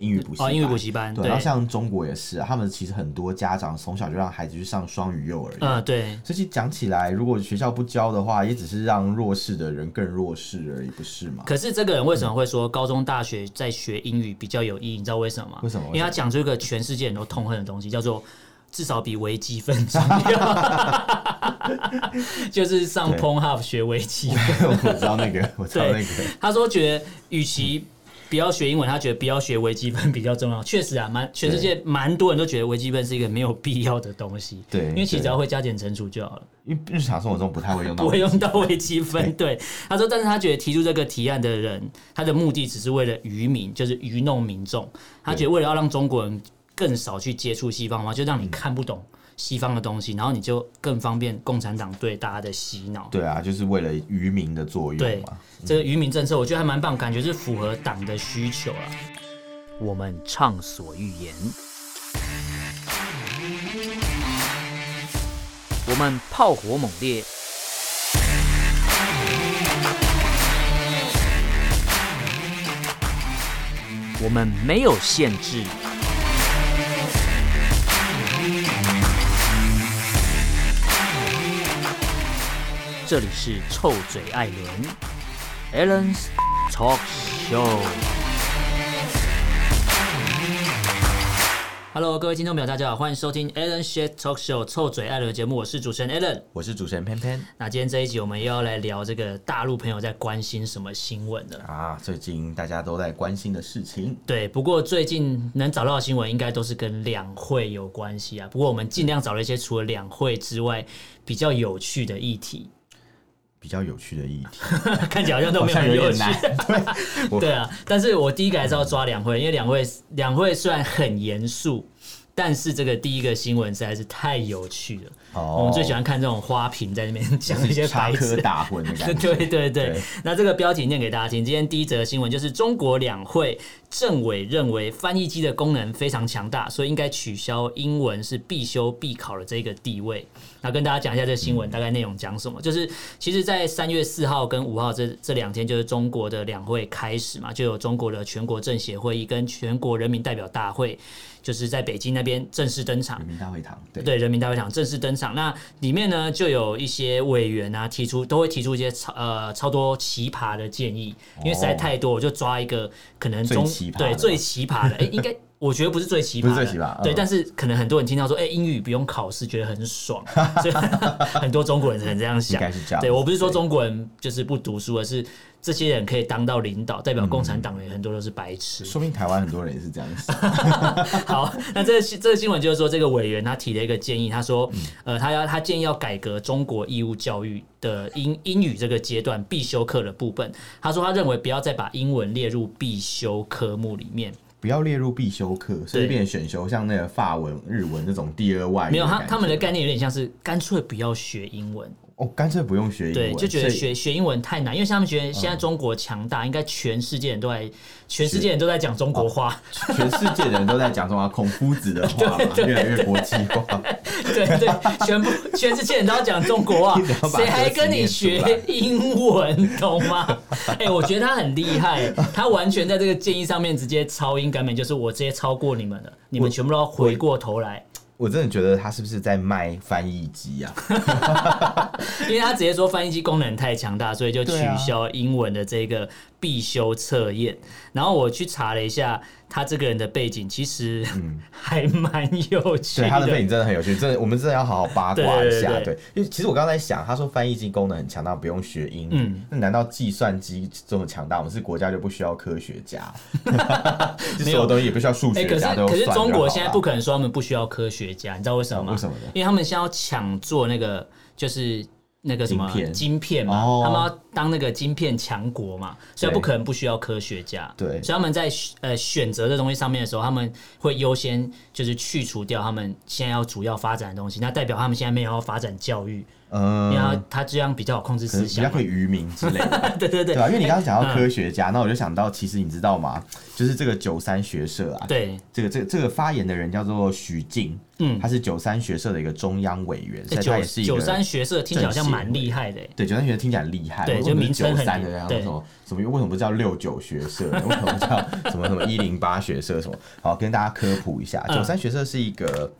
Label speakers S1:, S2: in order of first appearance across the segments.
S1: 英语补习
S2: 哦，英语补习班，
S1: 对，然后像中国也是啊，他们其实很多家长从小就让孩子去上双语幼儿园。
S2: 呃，对，
S1: 所以其实讲起来，如果学校不教的话，也只是让弱势的人更弱势而已，不是吗？
S2: 可是这个人为什么会说高中、大学在学英语比较有意义？你知道为什么吗？
S1: 为什么
S2: 因为他讲出一个全世界人都痛恨的东西，叫做至少比微积分重要， 就是上
S1: 对
S2: Pornhub 学微积分。
S1: 我知道那个，我知道那
S2: 对
S1: 个，
S2: 他说觉得与其不要学英文，他觉得不要学微积分比较重要。确实啊，蛮全世界蛮多人都觉得微积分是一个没有必要的东西。
S1: 对
S2: 因为其实
S1: 对
S2: 只要会加减乘除就好了，
S1: 因为日常生活中不太会用到。
S2: 不会用到微积分。对，他说，但是他觉得提出这个提案的人，他的目的只是为了愚民，就是愚弄民众。他觉得为了要让中国人更少去接触西方文化，就让你看不懂。西方的东西，然后你就更方便共产党对大家的洗脑。
S1: 对啊，就是为了渔民的作用
S2: 对
S1: 嘛。嗯
S2: 这个渔民政策，我觉得还蛮棒，感觉是符合党的需求啊。我们畅所欲言，我们炮火猛烈，我们没有限制。这里是臭嘴艾伦 a l l e n s Talk Show。Hello，各位听众朋友，大家好，欢迎收听 Alan Shit Talk Show 臭嘴艾伦的节目，我是主持人 Alan。
S1: 我是主持人偏偏
S2: 那今天这一集，我们又要来聊这个大陆朋友在关心什么新闻了。
S1: 啊，最近大家都在关心的事情，
S2: 对，不过最近能找到的新闻应该都是跟两会有关系啊。不过我们尽量找了一些除了两会之外比较有趣的议题，
S1: 比较有趣的议题，
S2: 看起来好像 都
S1: 好
S2: 没有
S1: 像
S2: 很
S1: 有
S2: 有
S1: 点
S2: 趣。
S1: 难。我
S2: 对啊，但是我第一个还是要抓两会，因为两会两会虽然很严肃，但是这个第一个新闻实在是太有趣了。
S1: 哦
S2: 我们最喜欢看这种花瓶在那边 讲一些
S1: 插
S2: 白
S1: 科
S2: 痴。
S1: 打诨的感觉。
S2: 对对对
S1: 对，
S2: 那这个标题念给大家听。今天第一则新闻就是中国两会政委认为翻译机的功能非常强大，所以应该取消英文是必修必考的这个地位。那跟大家讲一下这个新闻大概内容讲什么，就是其实，在三月四号跟五号这这两天，就是中国的两会开始嘛，就有中国的全国政协会议跟全国人民代表大会，就是在北京那边正式登场
S1: 人。民大会堂，对
S2: 对人民大会堂正式登场。那里面呢，就有一些委员啊提出，都会提出一些超呃超多奇葩的建议，因为实在太多，我就抓一个可能
S1: 哦最
S2: 中
S1: 奇葩的
S2: 对
S1: 吗
S2: 最奇葩的，哎、应 该。我觉得不是最奇葩的，
S1: 不是最奇葩嗯
S2: 对，但是可能很多人听到说，哎、英语不用考试，觉得很爽， 所以 很多中国人可能这样
S1: 应
S2: 想
S1: 该。是这样。
S2: 对我不是说
S1: 对
S2: 中国人就是不读书，而是这些人可以当到领导，代
S1: 嗯
S2: 表共产党人很多都是白痴。
S1: 说明台湾很多人也是这样想。
S2: 好，那这个新这个新闻就是说，这个委员他提了一个建议，他说，
S1: 嗯
S2: 呃，他要他建议要改革中国义务教育的英英语这个阶段必修课的部分。他说，他认为不要再把英文列入必修科目里面。
S1: 不要列入必修课，甚至变成选修，像那个法文、日文这种第二哎外语感觉。
S2: 没有，他他们的概念有点像是干脆不要学英文，
S1: 哦，干脆不用学英文，
S2: 对，就觉得
S1: 所以嗯
S2: 学学英文太难，因为像他们觉得现在中国强大，应该全世界人都在全世界人都在讲中国
S1: 哦
S2: 话。
S1: 全世界的人都在讲什么孔夫子的 话 嘛，越来越国际化。
S2: 对对， 全部全世界人都要讲中国话
S1: 你只要，把
S2: 谁还
S1: 歌
S2: 跟你
S1: 词念
S2: 学 英文，懂吗？哎、我觉得他很厉害，他完全在这个建议上面直接超英赶美，就是我直接超过你们了，你们全部都要回过头来，
S1: 我真的觉得他是不是在卖翻译机 啊？
S2: 因为他直接说翻译机功能太强大，所以就取
S1: 啊
S2: 消英文的这个必修测验。然后我去查了一下他这个人的背景，其实 还蛮有趣
S1: 嗯对，他的背
S2: 的。
S1: 景真的很有趣， 真的，我们真的要好好八卦一下。
S2: 对对对对
S1: 因为其实我刚才想，他说翻译机功能很强大，不用学英语，
S2: 嗯
S1: 那难道计算机这么强大，我们是国家就不需要科学家？ 就所有东西也不需要数
S2: 哎、
S1: 学
S2: 可是
S1: 家，都有
S2: 可是
S1: 算就
S2: 中国
S1: 好
S2: 现在
S1: 了啊
S2: 不可能说他们不需要科学家，你知道为什么吗？
S1: 为什么呢
S2: 因为他们现在要抢做那个就是。那个什么
S1: 晶片
S2: 嘛，
S1: 哦
S2: 他们要当那个晶片强国嘛，所以
S1: 对
S2: 不可能不需要科学家。
S1: 对
S2: 所以他们在呃选择这东西上面的时候，他们会优先就是去除掉他们现在要主要发展的东西，那代表他们现在没有要发展教育，因
S1: 嗯
S2: 为他，他这样比较有控制
S1: 可能比
S2: 思
S1: 较
S2: 想嘛。
S1: 会愚民之类 的。
S2: 对对对
S1: 对吧、因为你刚刚讲到
S2: 嗯
S1: 科学家，那我就想到，其实你知道吗？就是这个九三学社啊，
S2: 对，
S1: 这个这个这个发言的人叫做许静，
S2: 嗯
S1: 他是九三学社的一个中央委员，所
S2: 欸
S1: 以他也是
S2: 九
S1: 一个
S2: 九三学社听起来好像
S1: 政协
S2: 蛮厉害的欸，
S1: 对，九三学社听起来很厉害，
S2: 对
S1: 为
S2: 就
S1: 什么
S2: 名
S1: 是九
S2: 称很
S1: 三的
S2: 厉
S1: 人，
S2: 对
S1: 为什么什么为什么不叫六九学社呢？为什 么叫什么什么一零八学社什么？好，跟大家科普一下，
S2: 嗯
S1: 九三学社是一个。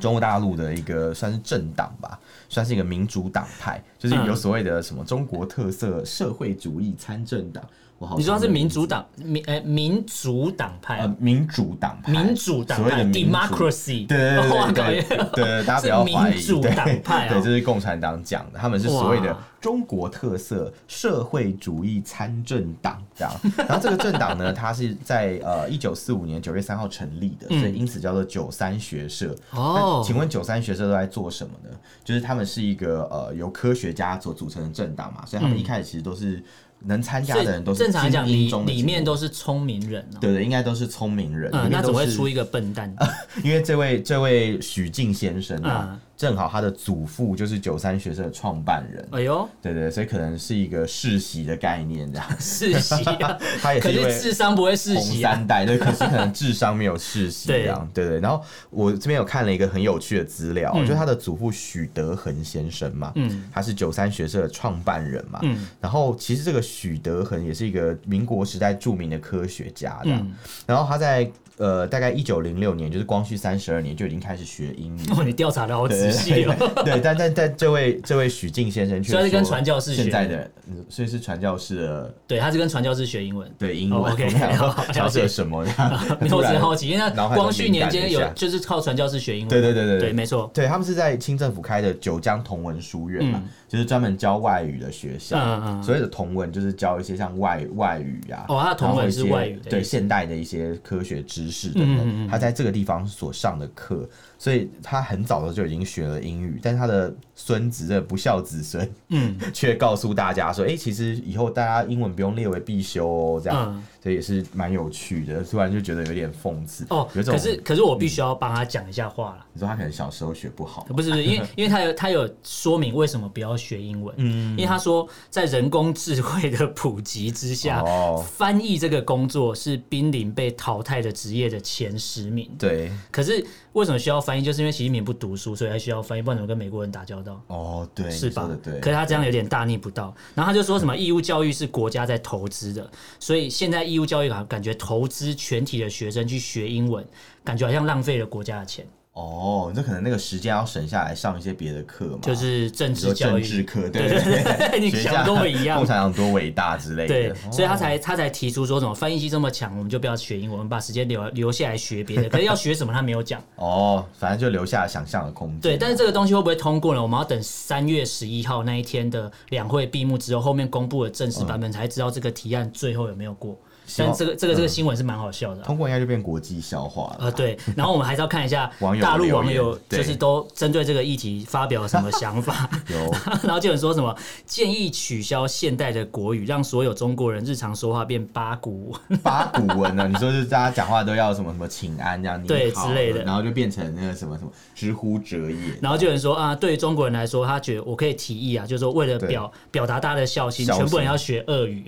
S1: 中国大陆的一个算是政党吧，算是一个民主党派，就是有
S2: 嗯
S1: 所谓的什么中国特色社会主义参政党。我好
S2: 你说
S1: 长
S2: 他是
S1: 的
S2: 民
S1: 名
S2: 主党民呃民主党派
S1: 呃
S2: 啊，
S1: 民主党派，
S2: 民主党
S1: 所谓
S2: 派
S1: 的民主
S2: democracy，
S1: 对对
S2: 哇
S1: 对
S2: 搞
S1: 对对对，大家不要怀疑，
S2: 是民主党派啊
S1: 对，对这是共产党讲的，他们是所谓的
S2: 哇
S1: 中国特色社会主义参政党这样。然后这个政党呢，它是在呃一九四五年九月三号成立的，所以因此叫做九三学社。
S2: 嗯哦
S1: 那请问九三学社都在做什么呢？就是他们是一个呃由科学家所组成的政党嘛，所以他们一开始其实都是能参加
S2: 嗯
S1: 的
S2: 所以
S1: 人都是
S2: 正常来讲，
S1: 精英
S2: 里
S1: 中的
S2: 里面
S1: 精英
S2: 都是聪明人哦。
S1: 对对，应该都是聪明人，里
S2: 嗯，
S1: 面
S2: 那
S1: 都
S2: 怎么会
S1: 是
S2: 出一个笨 蛋？
S1: 因为这位这位许静先生啊，
S2: 嗯
S1: 正好他的祖父就是九三学社的创办人，
S2: 哎呦，
S1: 对对，所以可能是一个世袭的概念这样。
S2: 世袭 啊！
S1: 他也
S2: 可
S1: 是一
S2: 是
S1: 位
S2: 智商不会世
S1: 红
S2: 袭啊。
S1: 三代，对，可是可能智商没有世袭这样，对对。然后我这边有看了一个很有趣的资料，就是他的祖父许德恒先生嘛，
S2: 嗯
S1: 他是九三学社的创办人嘛，
S2: 嗯
S1: 然后其实这个许德恒也是一个民国时代著名的科学家这样。
S2: 嗯，
S1: 然后他在呃大概一九零六年，就是光绪三十二年就已经开始学英 语。
S2: 哦，你调查的好仔细哦。
S1: 对，但但但这位这位许静先生却
S2: 所以他是跟
S1: 说
S2: 传教士学
S1: 现在的，嗯所以是传教士的
S2: 对，他是跟传教士学英文。
S1: 对英
S2: 哦
S1: 文。
S2: ，OK，
S1: 我想说
S2: 好了
S1: 传
S2: 解
S1: 教士什么的？
S2: 没有，
S1: 突
S2: 我只
S1: 然
S2: 是好奇，因为他
S1: 脑海中
S2: 光绪年间
S1: 敏
S2: 有
S1: 感一下
S2: 就是靠传教士学英文。
S1: 对对对对
S2: 对，没错。
S1: 对，他们是在清政府开的九江同文书院嘛，
S2: 嗯
S1: 就是专门教外语的学校。
S2: 嗯嗯嗯
S1: 所谓的同文就是教一些像外外语呀、
S2: 哦他的同文
S1: 然后一
S2: 是
S1: 些
S2: 外语的
S1: 对
S2: 意思
S1: 现代的一些科学知识等等，
S2: 嗯嗯嗯
S1: 他在这个地方所上的课，所以他很早的就已经学了英语，但是他的孙子这不孝子孙
S2: 嗯
S1: 却告诉大家说，哎、其实以后大家英文不用列为必修哦，这样，
S2: 嗯。
S1: 这、也是蛮有趣的，突然就觉得有点讽刺
S2: 哦，
S1: 有一种嗯
S2: 可是可是我必须要帮他讲一下话了。
S1: 你说他可能小时候学不好，
S2: 不是不是， 因为因为他有他有说明为什么不要学英文，
S1: 嗯
S2: 因为他说在人工智慧的普及之下，
S1: 哦，
S2: 翻译这个工作是濒临被淘汰的职业的前十名。
S1: 对。
S2: 可是为什么需要翻译？就是因为习近平不读书，所以才需要翻译，不然怎么跟美国人打交道？
S1: 哦，对，
S2: 是
S1: 你说
S2: 吧
S1: 的？对，
S2: 可是他这样有点大逆不道。然后他就说什么义务教育是国家在投资的，所以现在义务教育好像感觉投资全体的学生去学英文，感觉好像浪费了国家的钱，
S1: 哦，那可能那个时间要省下来上一些别的课嘛，
S2: 就是政
S1: 比如
S2: 治
S1: 说
S2: 教
S1: 政
S2: 育。
S1: 治课，
S2: 对
S1: 对对
S2: 对
S1: 对，
S2: 对，你
S1: 学一
S2: 想
S1: 下
S2: 得跟我一样
S1: 共。产党多伟大之类的，
S2: 对，
S1: 哦
S2: 所以他才他才提出说什么翻译机这么强，我们就不要学英文，我们把时间留留下来学别的。可是要学什么他没有讲。
S1: 哦，反正就留下想象的空间，
S2: 对，但是这个东西会不会通过呢？我们要等三月十一号那一天的两会闭幕之后，后面公布的正式版本才知道这个提案最后有没有过。
S1: 嗯希望嗯
S2: 但这个这个这个新闻是蛮好笑的啊、
S1: 通过应该就变国际笑话了，
S2: 呃，对， 然后我们还是要看一下
S1: 网友
S2: 大陆
S1: 留
S2: 网
S1: 言
S2: 友
S1: 对
S2: 就是都针对这个议题发表了什么想法，
S1: 有
S2: 然后就有人说什么建议取消现代的国语，让所有中国人日常说话变八股 文。
S1: 八股文呢，你说就是大家讲话都要什么什么请安这样，你
S2: 对
S1: 好
S2: 之类的
S1: 然后就变成那个什么什么直呼者也，
S2: 然后就有人说啊，对于中国人来说，他觉得我可以提议啊，就是说为了
S1: 对
S2: 表表达大家的孝心，
S1: 孝
S2: 全部人
S1: 心
S2: 要学俄语。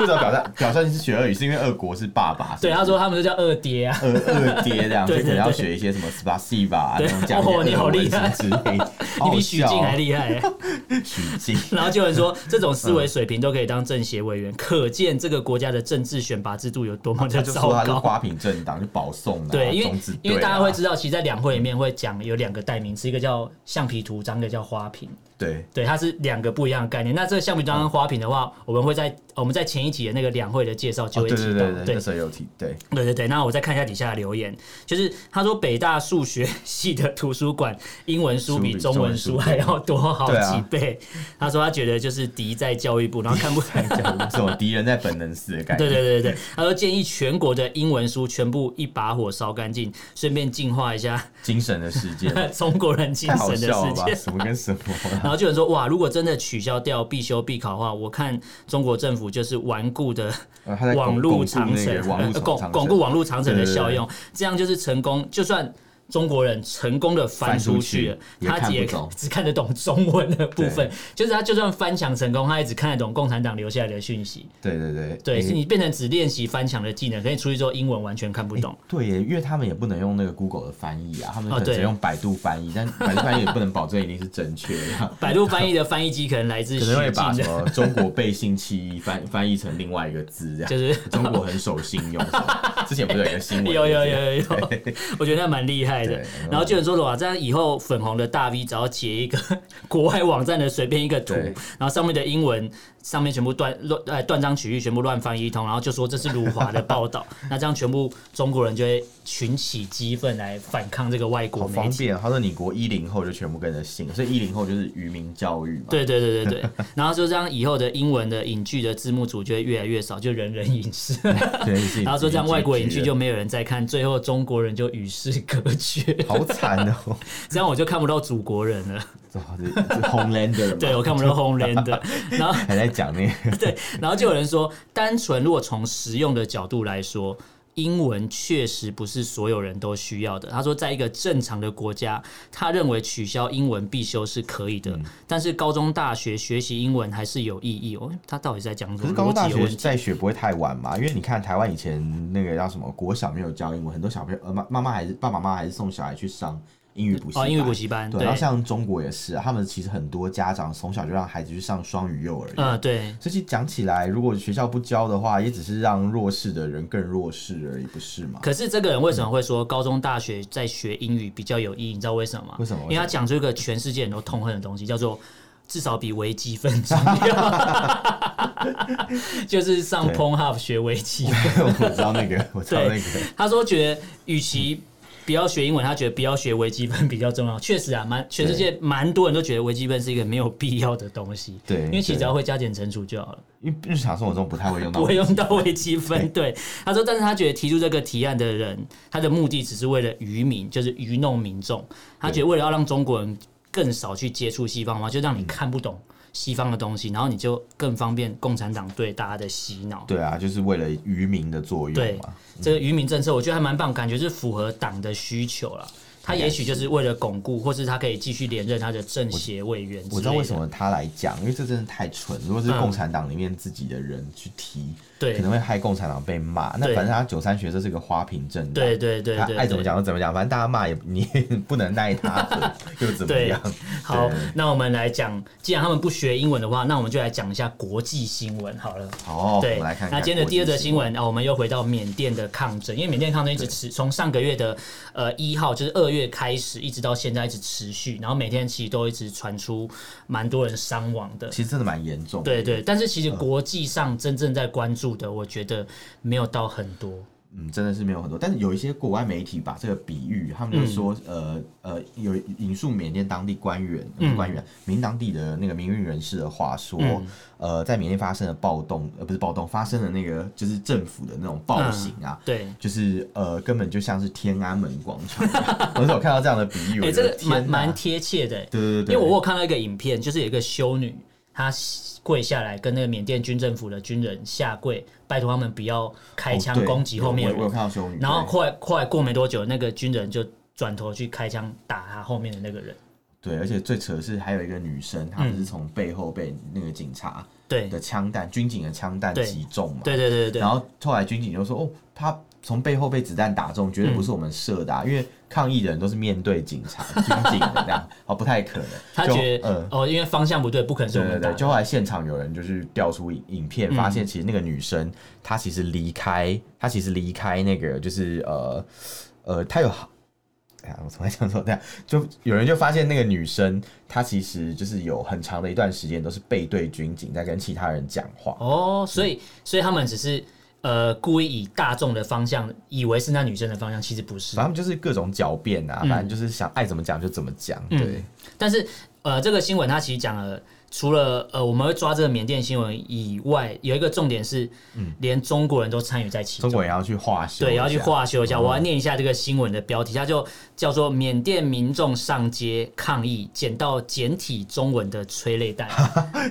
S1: 为什么表达表示是学俄语，是因为俄国是爸爸，
S2: 对，
S1: 是
S2: 他说他们就叫二爹啊。
S1: 俄俄爹这样，所 以
S2: 对
S1: 可能
S2: 对
S1: 要
S2: 对
S1: 学一些什么 s p a s i v a
S2: 对
S1: 这种讲一些
S2: 哦你好
S1: 俄文
S2: 厉害
S1: 什么之 类的，
S2: 你
S1: 好好
S2: 比许
S1: 笑
S2: 静
S1: 哦嗯
S2: 还厉害、欸，
S1: 取经。
S2: 然后就有 人说这种思维水平都可以当政协委员，可见这个国家的政治选拔制度有多么
S1: 他
S2: 的
S1: 就
S2: 糟
S1: 说他是
S2: 糕。
S1: 花瓶政党，就保送啊，
S2: 对，因为
S1: 种子队啊
S2: 因为大家会知道，其实，在两会里面会讲有两个代名词，一个叫橡皮图章，一个叫花瓶。
S1: 对
S2: 对，它是两个不一样的概念。那这个橡皮图章跟花瓶的话，我们会在我们在前一集的那个两会的介绍就
S1: 哦
S2: 会
S1: 对
S2: 提
S1: 对
S2: 到。
S1: 对对，那时候有提对，
S2: 对对对，那我再看一下底下的留言，就是他说北大数学系的图书馆英文书比中文书还要多好几倍。
S1: 啊
S2: 他说他觉得就是敌在教育部，然后看 不出来。
S1: 讲什么敌人在本能寺的感
S2: 对
S1: 觉，
S2: 对对对对，他说建议全国的英文书全部一把火烧干净，顺便净化一下
S1: 精神的世界，
S2: 中国人 精
S1: 太
S2: 神
S1: 好
S2: 的
S1: 笑了
S2: 世
S1: 吧？
S2: 界。
S1: 什么跟什么啊？
S2: 然后就有人说哇，如果真的取消掉必修必考的话，我看中国政府就是顽固的
S1: 呃他在
S2: 网
S1: 巩
S2: 络
S1: 巩固
S2: 长
S1: 那
S2: 城
S1: 个，网络
S2: 呃
S1: 长长
S2: 巩巩
S1: 城
S2: 固网络长城的效用，这样就是成功。就算中国人成功的翻出去了，
S1: 翻出去也
S2: 他
S1: 看不
S2: 也
S1: 懂
S2: 只看得懂中文的部分
S1: 对，
S2: 就是他就算翻墙成功，他也只看得懂共产党留下来的讯息。
S1: 对对对，
S2: 对，
S1: 诶
S2: 是你变成只练习翻墙的技能，可以出去之后英文完全看不懂。
S1: 对耶，因为他们也不能用那个 Google 的翻译啊，他们
S2: 哦
S1: 可能只
S2: 对
S1: 用百度翻译，但百度翻译也不能保证一定是正确的 啊。
S2: 百度翻译的翻译机可能来自
S1: 可
S2: 徐
S1: 能会把
S2: 静
S1: 什
S2: 的，
S1: 么中国背信弃义翻翻译成另外一个字，这样
S2: 就是
S1: 中国很守信用什么。之前不是有一个新闻？
S2: 有有有有有， 我觉得那蛮厉害的
S1: 对。嗯
S2: 然后就有人说哇，这样以后粉红的大 V 只要截一个 国外网站的随便一个图，
S1: 对
S2: 然后上面的英文上面全部断乱呃断章取义，全部乱翻译一通，然后就说这是辱华的报 道。那这样全部中国人就会群起激愤来反抗这个外
S1: 好
S2: 国媒
S1: 方
S2: 体。
S1: 便。他说你国一零后就全部跟着姓，所以一零后就是愚民教育嘛。
S2: 对对对对对，然后就这样以后的英文的影剧的字幕组就会越来越少，就人人影 视。
S1: 对，是
S2: 然后说这样外国影剧就
S1: 了
S2: 没有人在看，最后中国人就与世隔绝，
S1: 好惨 哦，
S2: 这样我就看不到祖国人 了。
S1: 这这这 Homelander 嘛
S2: 对，我看不到 Homeland。然后
S1: 还在讲那个，
S2: 对，然后就有人说，单纯如果从实用的角度来说。英文确实不是所有人都需要的。他说，在一个正常的国家，他认为取消英文必修是可以的，
S1: 嗯
S2: 但是高中、大学学习英文还是有意义哦。他到底在讲什
S1: 可
S2: 么
S1: 是高中
S2: 逻
S1: 大
S2: 辑的
S1: 学
S2: 问题？
S1: 在学不会太晚嘛？因为你看台湾以前那个叫什么国小没有教英文，很多小朋友呃妈妈妈还是爸爸妈妈还是送小孩去上英语补习
S2: 哦，英语
S1: 班
S2: 补习班，
S1: 对，然后像中国也是、啊，他们其实很多家长从小就让孩子去上双语幼儿园。
S2: 嗯，对，
S1: 所以其实讲起来，如果学校不教的话，也只是让弱势的人更弱势而已，不是吗？
S2: 可是这个人为什么会说高中、大学在学英语比较有意义？你知道为什么吗？
S1: 为什么
S2: 因为他讲出一个全世界人都痛恨的东西，叫做至少比微积分重要， 就是上
S1: 对
S2: Pornhub 学微 积分。
S1: 我知道那个，我知道那个，
S2: 他说觉得与其不要学英文，他觉得不要学微积分比较重要。确实啊，蛮全世界蛮多人都觉得微积分是一个没有必要的东西。
S1: 对
S2: 因为其实
S1: 对
S2: 只要会加减乘除就好了。
S1: 因为日常生活中不太会用到。
S2: 不会用到微积分。对，他说，但是他觉得提出这个提案的人，他的目的只是为了愚民，就是愚弄民众。他觉得为了要让中国人更少去接触西方嘛，就让你看不懂西方的东西，然后你就更方便共产党对大家的洗脑。
S1: 对啊，就是为了愚民的作用
S2: 对
S1: 嘛。，
S2: 这个愚民政策我觉得还蛮棒，感觉是符合党的需求了。
S1: 哎
S2: 他也许就是为了巩固，或是他可以继续连任他的政协委员之类的。
S1: 我知道为什么他来讲，因为这真的太蠢。如果是共产党里面自己的人去提，
S2: 嗯对
S1: 可能会害共产党被骂。那
S2: 对
S1: 反正他九三学社是个花瓶政党，
S2: 对对对
S1: 他
S2: 对，
S1: 爱怎么
S2: 对
S1: 讲就怎么讲，反正大家骂也你也不能奈他何，又怎么
S2: 对
S1: 样？
S2: 好
S1: 对，
S2: 那我们来讲，既然他们不学英文的话，那我们就来讲一下国际新闻好了。
S1: 哦好，我
S2: 对，
S1: 们来看看。
S2: 那今天的第二则新，闻啊、我们又回到缅甸的抗争，因为缅甸抗争一直持从上个月的呃一号，就是二月开始，一直到现在一直持续，然后每天其实都一直传出蛮多人伤亡的。
S1: 其实嗯真的蛮严重的。
S2: 对对，但是其实国际上真正在关注的，我觉得没有到很多。
S1: 嗯，真的是没有很多，但是有一些国外媒体把这个比喻，他们就说，
S2: 嗯
S1: 呃呃，有引述缅甸当地官员、呃官员、民当地的那个民运人士的话说，
S2: 嗯
S1: 呃，在缅甸发生的暴动，呃，不是暴动，发生的那个就是政府的那种暴行啊。
S2: 对，
S1: 就是呃，根本就像是天安门广 场一样。我那时候看到这样的比喻，
S2: 哎、
S1: 我觉
S2: 这
S1: 得
S2: 个
S1: 天
S2: 蛮
S1: 哪
S2: 蛮贴切的、
S1: 对对对，
S2: 因为我有看到一个影片，就是有一个修女，她跪下来跟那个缅甸军政府的军人下跪，拜托他们不要开
S1: 哦
S2: 枪
S1: 对
S2: 攻击后面
S1: 我
S2: 的
S1: 有我有
S2: 人。
S1: 看到修女，
S2: 然后
S1: 对
S2: 后来后来过没多久，那个军人就转头去开枪打他后面的那个人。
S1: 对，而且最扯的是还有一个女生，她不是从背后被那个警察
S2: 对
S1: 的枪弹、军警的枪弹
S2: 对
S1: 击中嘛。
S2: 对对对对
S1: 然后后来军警就说：“哦，他从背后被子弹打中，绝对不
S2: 嗯
S1: 是我们射的、啊，因为抗议的人都是面对警 察、军警的这样，哦，不太可能。”
S2: 他觉得、
S1: 嗯。
S2: 哦，因为方向不对，不可能是
S1: 对
S2: 我
S1: 对
S2: 们打
S1: 对，
S2: 的。嗯
S1: 就后来现场有人就是调出影影片，发现其实那个女生她其实离开，她其实离开那个就是呃呃，她有好，哎呀，我从来想说这样，就有人就发现那个女生她其实就是有很长的一段时间都是背对军警在跟其他人讲话，
S2: 哦，所以所以他们只是呃故意以大众的方向，以为是那女生的方向，其实不是。
S1: 反正就是各种狡
S2: 嗯
S1: 辩啊，反正就是想爱怎么讲就怎么讲，对，
S2: 但是呃，这个新闻它其实讲了。除了呃我们会抓这个缅甸新闻以外，有一个重点是，连中国人都参与在其中
S1: 中。国人要去化修，
S2: 对，要 去。化修一下。我要念一下这个新闻的标题，它就叫做“缅甸民众上街抗议，捡到简体中文的催泪弹”。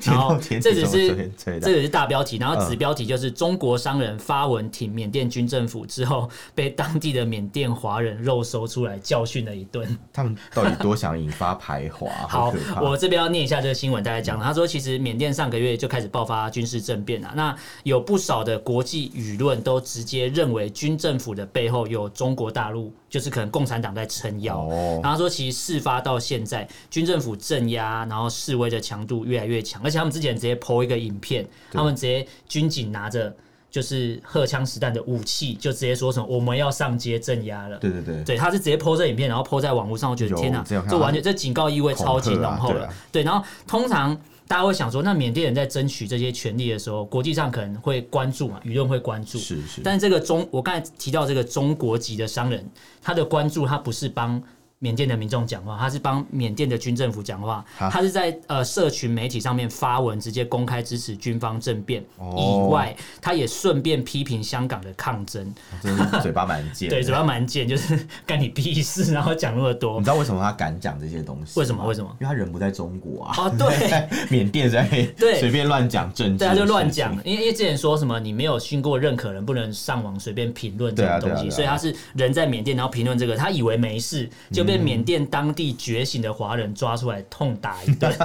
S2: 然后这只是 这只是大标题，然后子标题就是中国商人发文挺缅甸军政府之后，被当地的缅甸华人肉搜出来教训了一顿。
S1: 他们到底多想引发排 华？
S2: 好
S1: 可，怕哦
S2: 我这边要念一下这个新闻，大概讲了，他说其实缅甸上个月就开始爆发军事政变啊，那有不少的国际舆论都直接认为军政府的背后有中国大陆，就是可能共产党在撑腰。
S1: 哦
S2: 然后他说，其实事发到现在，军政府镇压，然后示威的强度越来越强，而且他们之前直接 PO 一个影片，他们直接军警拿着就是荷枪实弹的武器，就直接说什么我们要上街镇压了。
S1: 对对对，
S2: 对，他是直接 PO 这影片，然后 PO 在网络上，我觉得
S1: 有
S2: 天哪
S1: 我之前有，看
S2: 这
S1: 到
S2: 完全这警告意味超级
S1: 恐吓
S2: 浓
S1: 啊
S2: 厚
S1: 对
S2: 了
S1: 啊。
S2: 对，然后通常大家会想说，那缅甸人在争取这些权利的时候，国际上可能会关注嘛，舆论会关注。
S1: 是是，
S2: 但这个中，我刚才提到这个中国籍的商人，他的关注他不是帮缅甸的民众讲话，他是帮缅甸的军政府讲话，
S1: 哈
S2: 他是在呃社群媒体上面发文，直接公开支持军方政变、
S1: 哦
S2: 以外，他也顺便批评香港的抗争，
S1: 真的是嘴巴蛮贱的。
S2: 对，嘴巴蛮贱，就是干你屁事，然后讲那么多
S1: 你，知道为什么他敢讲这些东西？
S2: 为什么？？为什么
S1: 因？为他人不在中国啊。
S2: 哦，对。
S1: 缅甸 在
S2: 对
S1: 随便乱讲政治，
S2: 对，他就乱讲。，因为因为之前说什么你没有经过认可人不能上网随便评论这
S1: 对啊
S2: 种东
S1: 对啊
S2: 西，
S1: 对啊
S2: 所以他是人在缅甸，然后评论这个，他以为没事，就被缅甸当地觉醒的华人抓出来痛打一顿。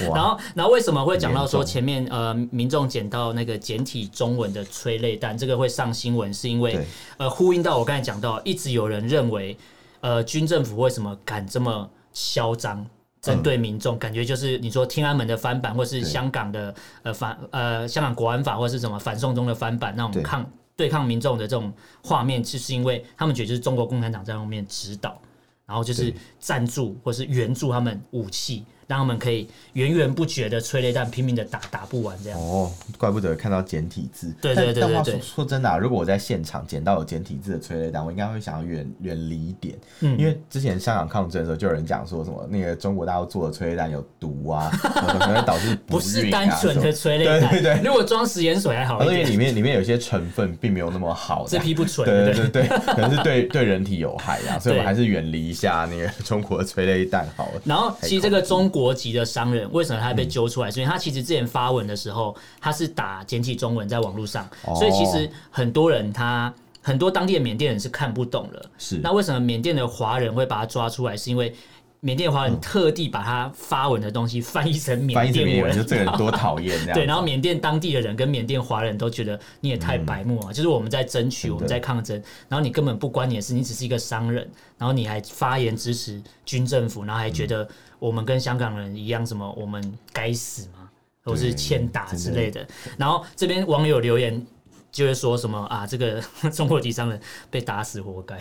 S2: 然
S1: 哇，
S2: 后，然后为什么会讲到说
S1: 严重
S2: 前面呃民众捡到那个简体中文的催泪弹，这个会上新闻，是因为
S1: 对
S2: 呃呼应到我刚才讲到，一直有人认为呃军政府为什么敢这么嚣张？针对民众，感觉就是你说天安门的翻版，或是
S1: 嗯对
S2: 香港的呃反呃香港国安法，或是什么反送中的翻版那
S1: 对
S2: 种抗对抗民众的这种画面，就是因为他们觉得就是中国共产党在后面指导，然后就是
S1: 对
S2: 赞助或是援助他们武器，让他们可以源源不绝的催泪弹拼命的打，打不完这样。
S1: 哦，怪不得看到简体字。
S2: 对
S1: 但
S2: 对对
S1: 但
S2: 对
S1: 话
S2: 对
S1: 说说真的啊，如果我在现场捡到有简体字的催泪弹，我应该会想要远远离一点，
S2: 嗯
S1: 因为之前香港抗争的时候，就有人讲说什么那个中国大陆做的催泪弹有毒啊，可能会导致
S2: 不
S1: 孕
S2: 是
S1: 啊
S2: 单纯的
S1: 什么
S2: 催泪弹，
S1: 对对对
S2: 如果装食盐水还好
S1: 而
S2: 一
S1: 且
S2: 点，
S1: 里面里面有些成分并没有那么好，
S2: 这批不纯，对
S1: 对
S2: 不
S1: 对
S2: 对？
S1: 对，对可能是对 对人体有害啊，所以我们
S2: 对
S1: 还是远离一下那个中国的催泪弹好了。
S2: 然后，其实这个中国籍的商人为什么他被揪
S1: 嗯
S2: 出来？是因为他其实之前发文的时候，他是打简体中文在网络上，
S1: 哦
S2: 所以其实很多人他很多当地的缅甸人是看不懂的。
S1: 是
S2: 那为什么缅甸的华人会把他抓出来？是因为缅甸华人特地把他发文的东西翻译成
S1: 嗯翻
S2: 缅
S1: 译成
S2: 甸
S1: 缅
S2: 文，
S1: 文，就这个人多讨厌这样。
S2: 对，然后缅甸当地的人跟缅甸华人都觉得你也太白目了、啊就是我们在争
S1: 嗯
S2: 取，
S1: 真的
S2: 我们在抗争，然后你根本不关你的事，你只是一个商人，然后你还发言支持军政府，然后还
S1: 嗯
S2: 觉得我们跟香港人一样，什么我们该死吗？或是欠打之类的。然后这边网友留言。就会说什么啊，这个 中国籍商人被打死活该，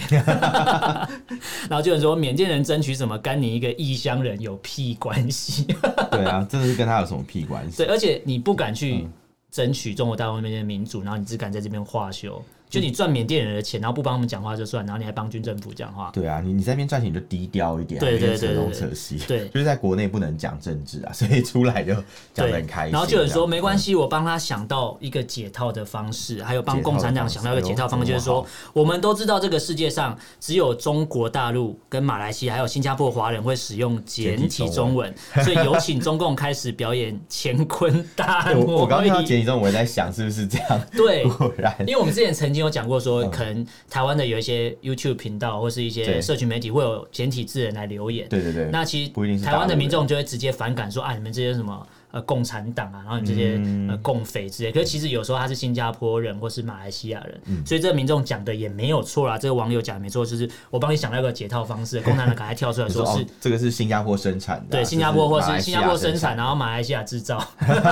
S2: 然后就有人说缅甸人争取什么，干你一个异乡人有屁关系？
S1: 对啊，这是跟他有什么屁关系？
S2: 对，而且你不敢去
S1: 嗯
S2: 争取中国大陆那边的民主，然后你只敢在这边化修，就你赚缅甸人的钱，然后不帮他们讲话就算，然后你还帮军政府讲话。
S1: 对啊，你你在那边赚钱你就低调一点，啊
S2: 对对
S1: 还是
S2: 对对
S1: 扯东
S2: 对
S1: 扯西，
S2: 对
S1: 就是在国内不能讲政治啊，所以出来就讲
S2: 对
S1: 的很开，心。嗯
S2: 然后就有人说没关
S1: 系，
S2: 系，我帮他想到一个解套的方式，还有帮
S1: 解套的
S2: 共产党
S1: 方式
S2: 想到一个解套方
S1: 哎
S2: 式，
S1: 呦
S2: 就是说我们都知道这个世界上只有中国大陆跟马来西亚还有新加坡华人会使用简体中 文，所以有请中共开始表演乾坤
S1: 嗯
S2: 大
S1: 对哎我
S2: 挪
S1: 我刚刚看到
S2: 移。
S1: 简体中，我也在想是不是这样，
S2: 对，
S1: 果然
S2: 因为我们之前曾经有讲过说，可能台湾的有一些 YouTube 频道或是一
S1: 嗯
S2: 些
S1: 对
S2: 社群媒体会有简体字人来留言。
S1: 对对对，
S2: 那其
S1: 不一定
S2: 实
S1: 是
S2: 台湾
S1: 大陆
S2: 的
S1: 人
S2: 民众就会直接反感说啊，你们这些什么呃共产党啊，然后你这些、
S1: 嗯
S2: 呃共匪之类。可是其实有时候他是新加坡人或是马来西亚人，
S1: 嗯
S2: 所以这个民众讲的也没有错啦。这个网友讲的没错，就是我帮你想到一个解套方式，共产党赶快跳出 来
S1: 你
S2: 说
S1: 说
S2: 是
S1: 哦，这个是新加坡生产的啊，
S2: 对
S1: 这
S2: 新加坡或
S1: 马
S2: 是
S1: 来西
S2: 新
S1: 亚
S2: 加坡
S1: 生
S2: 生产，，啊然后马来西亚制造。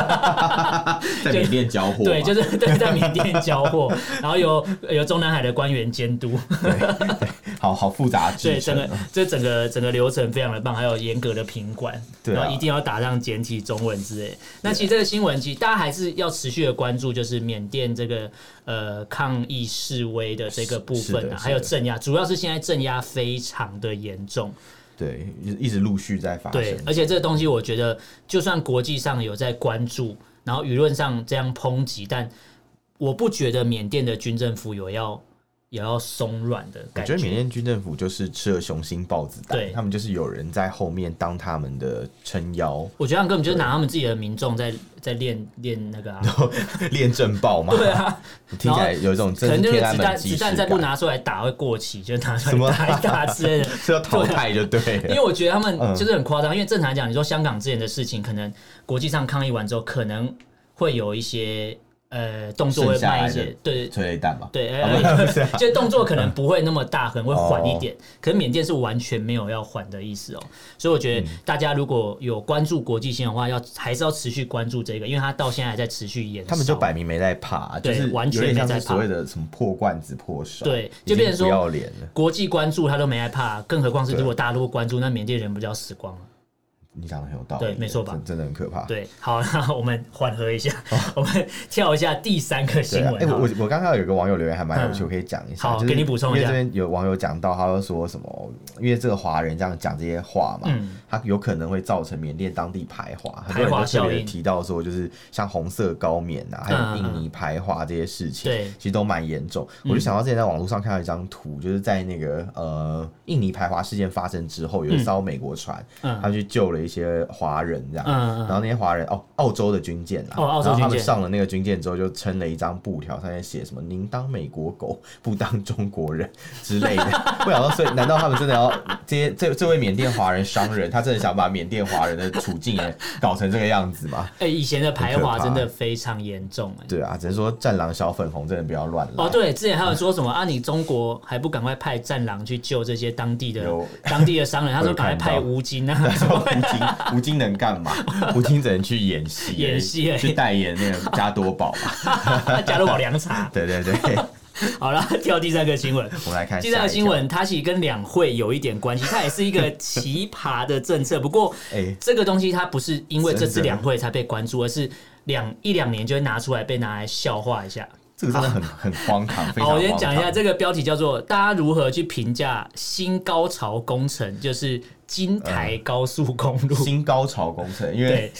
S1: 在缅甸交货嘛，
S2: 对，就是对在缅甸交货，然后由由中南海的官员监督，
S1: 好好复杂的制
S2: 对整
S1: 成
S2: 个这整个整个流程非常的棒，还有严格的品管，
S1: 对啊啊
S2: 然后一定要打上简体中文之类。那其实这个新闻，其实大家还是要持续的关注，就是缅甸这个呃抗议示威的这个部
S1: 是的
S2: 分
S1: 是的
S2: 啊，还有镇压，主要是现在镇压非常的严重。
S1: 对，一直陆续在发
S2: 对
S1: 生，。
S2: 而且这个东西，我觉得就算国际上有在关注，然后舆论上这样抨击，但我不觉得缅甸的军政府有要有要松软的
S1: 我
S2: 感
S1: 觉得缅甸军政府就是吃了雄心豹子
S2: 对
S1: 胆，他们就是有人在后面当他们的撑腰，
S2: 我觉得他们根本就是拿他们自己的民众在在练练那 个、啊，
S1: 练政报嘛。
S2: 对啊，
S1: 听起来有一种
S2: 可
S1: 真是
S2: 能就是
S1: 天安
S2: 子
S1: 门
S2: 弹
S1: 即
S2: 子
S1: 视
S2: 弹
S1: 感，
S2: 再不拿出来打会过期，就拿出
S1: 什么
S2: 来打一打 之类的。
S1: 是要淘汰就对
S2: 啊
S1: 了。
S2: 因为我觉得他们
S1: 嗯
S2: 就是很夸张，因为正常来讲，你说香港之前的事情，可能国际上抗议完之后，可能会有一些呃动作会
S1: 剩下来
S2: 慢
S1: 的
S2: 一些，对
S1: 催泪弹嘛，
S2: 对，
S1: 啊不
S2: 呃
S1: 是啊
S2: 就动作可能不会那么大，可能会缓一
S1: 哦
S2: 点。可是缅甸是完全没有要缓的意思哦，所以我觉得
S1: 嗯
S2: 大家如果有关注国际新闻的话，要还是要持续关注这个，因为它到现在还在持续延烧。
S1: 他们就摆明没在怕，就
S2: 对
S1: 是
S2: 完全
S1: 有点
S2: 没
S1: 像
S2: 在
S1: 是
S2: 怕
S1: 所谓的什么破罐子破摔，
S2: 对
S1: 已
S2: 就变成
S1: 经
S2: 说
S1: 不要脸了。
S2: 国际关注他都没害怕，更何况是
S1: 对
S2: 如果大陆关注，那缅甸人不就要死光了？
S1: 你讲的很有道理，
S2: 对没错吧
S1: 真真的很可怕。
S2: 对，好，那我们缓和一下， 我们跳一下第三个新
S1: 啊对啊，
S2: 闻
S1: 哎、
S2: 好
S1: 我
S2: 了。
S1: 我我刚刚有一个网友留言还蛮有趣，
S2: 嗯
S1: 我可以讲一下。
S2: 好
S1: 就是
S2: 给你补充一
S1: 因为
S2: 下
S1: 这边有网友讲到，他就说什么，因为这个华人这样讲这些话嘛，
S2: 嗯
S1: 他有可能会造成缅甸当地排华，很多
S2: 排
S1: 人
S2: 华
S1: 都特
S2: 效
S1: 别
S2: 应
S1: 提到说，就是像红色高棉啊，还
S2: 嗯
S1: 有印尼排华这些事情，
S2: 对嗯
S1: 其实都蛮严重。我就想到之前在网络上看到一张图，就是在那个呃印尼排华事件发生之后，有一艘美国船，
S2: 嗯
S1: 他去救了一些华人这样，
S2: 嗯嗯嗯
S1: 然后那些华人哦，澳洲的军舰啦，
S2: 哦澳洲
S1: 然后他
S2: 军
S1: 们
S2: 舰
S1: 上了那个军舰之后，就撑了一张布条，上面写什么“您当美国狗，不当中国人”之类的。不想到，所以难道他们真的要这些这这位缅甸华人商人，他真的想把缅甸华人的处境也搞成这个样子吗？
S2: 哎、以前的排华
S1: 很可怕
S2: 真的非常严重、哎。
S1: 对啊，只能说战狼小粉红真的不要乱来。
S2: 哦，对，之前还有说什么啊？你中国还不赶快派战狼去救这些当地的
S1: 有
S2: 当地的商人？他说
S1: 我有
S2: 赶快
S1: 看
S2: 派
S1: 到
S2: 吴 京啊，
S1: 说吴京，吴京能干嘛？吴京只能去演戏而已，
S2: 演戏而已
S1: 去代言那个加多宝嘛。
S2: 加入我凉茶。
S1: 对对对，我
S2: 好了，跳第三个 新闻。
S1: 们来看
S2: 第
S1: 下
S2: 三个
S1: 哎一
S2: 新
S1: 条，
S2: 闻，它其实跟两会有一点关系，它也是一个奇葩的政策。不过，
S1: 哎
S2: 这个东西它不是因为这次
S1: 真的
S2: 两会才被关注，而是两一两年就会拿出来被拿来笑话一下。
S1: 这个真的很很荒唐，非常
S2: 好，我
S1: 荒
S2: 先讲一
S1: 唐
S2: 下这个标题叫做“大家如何去评价新高潮工程”，就是金台高速公路。
S1: 新高潮工程，因
S2: 对
S1: 为，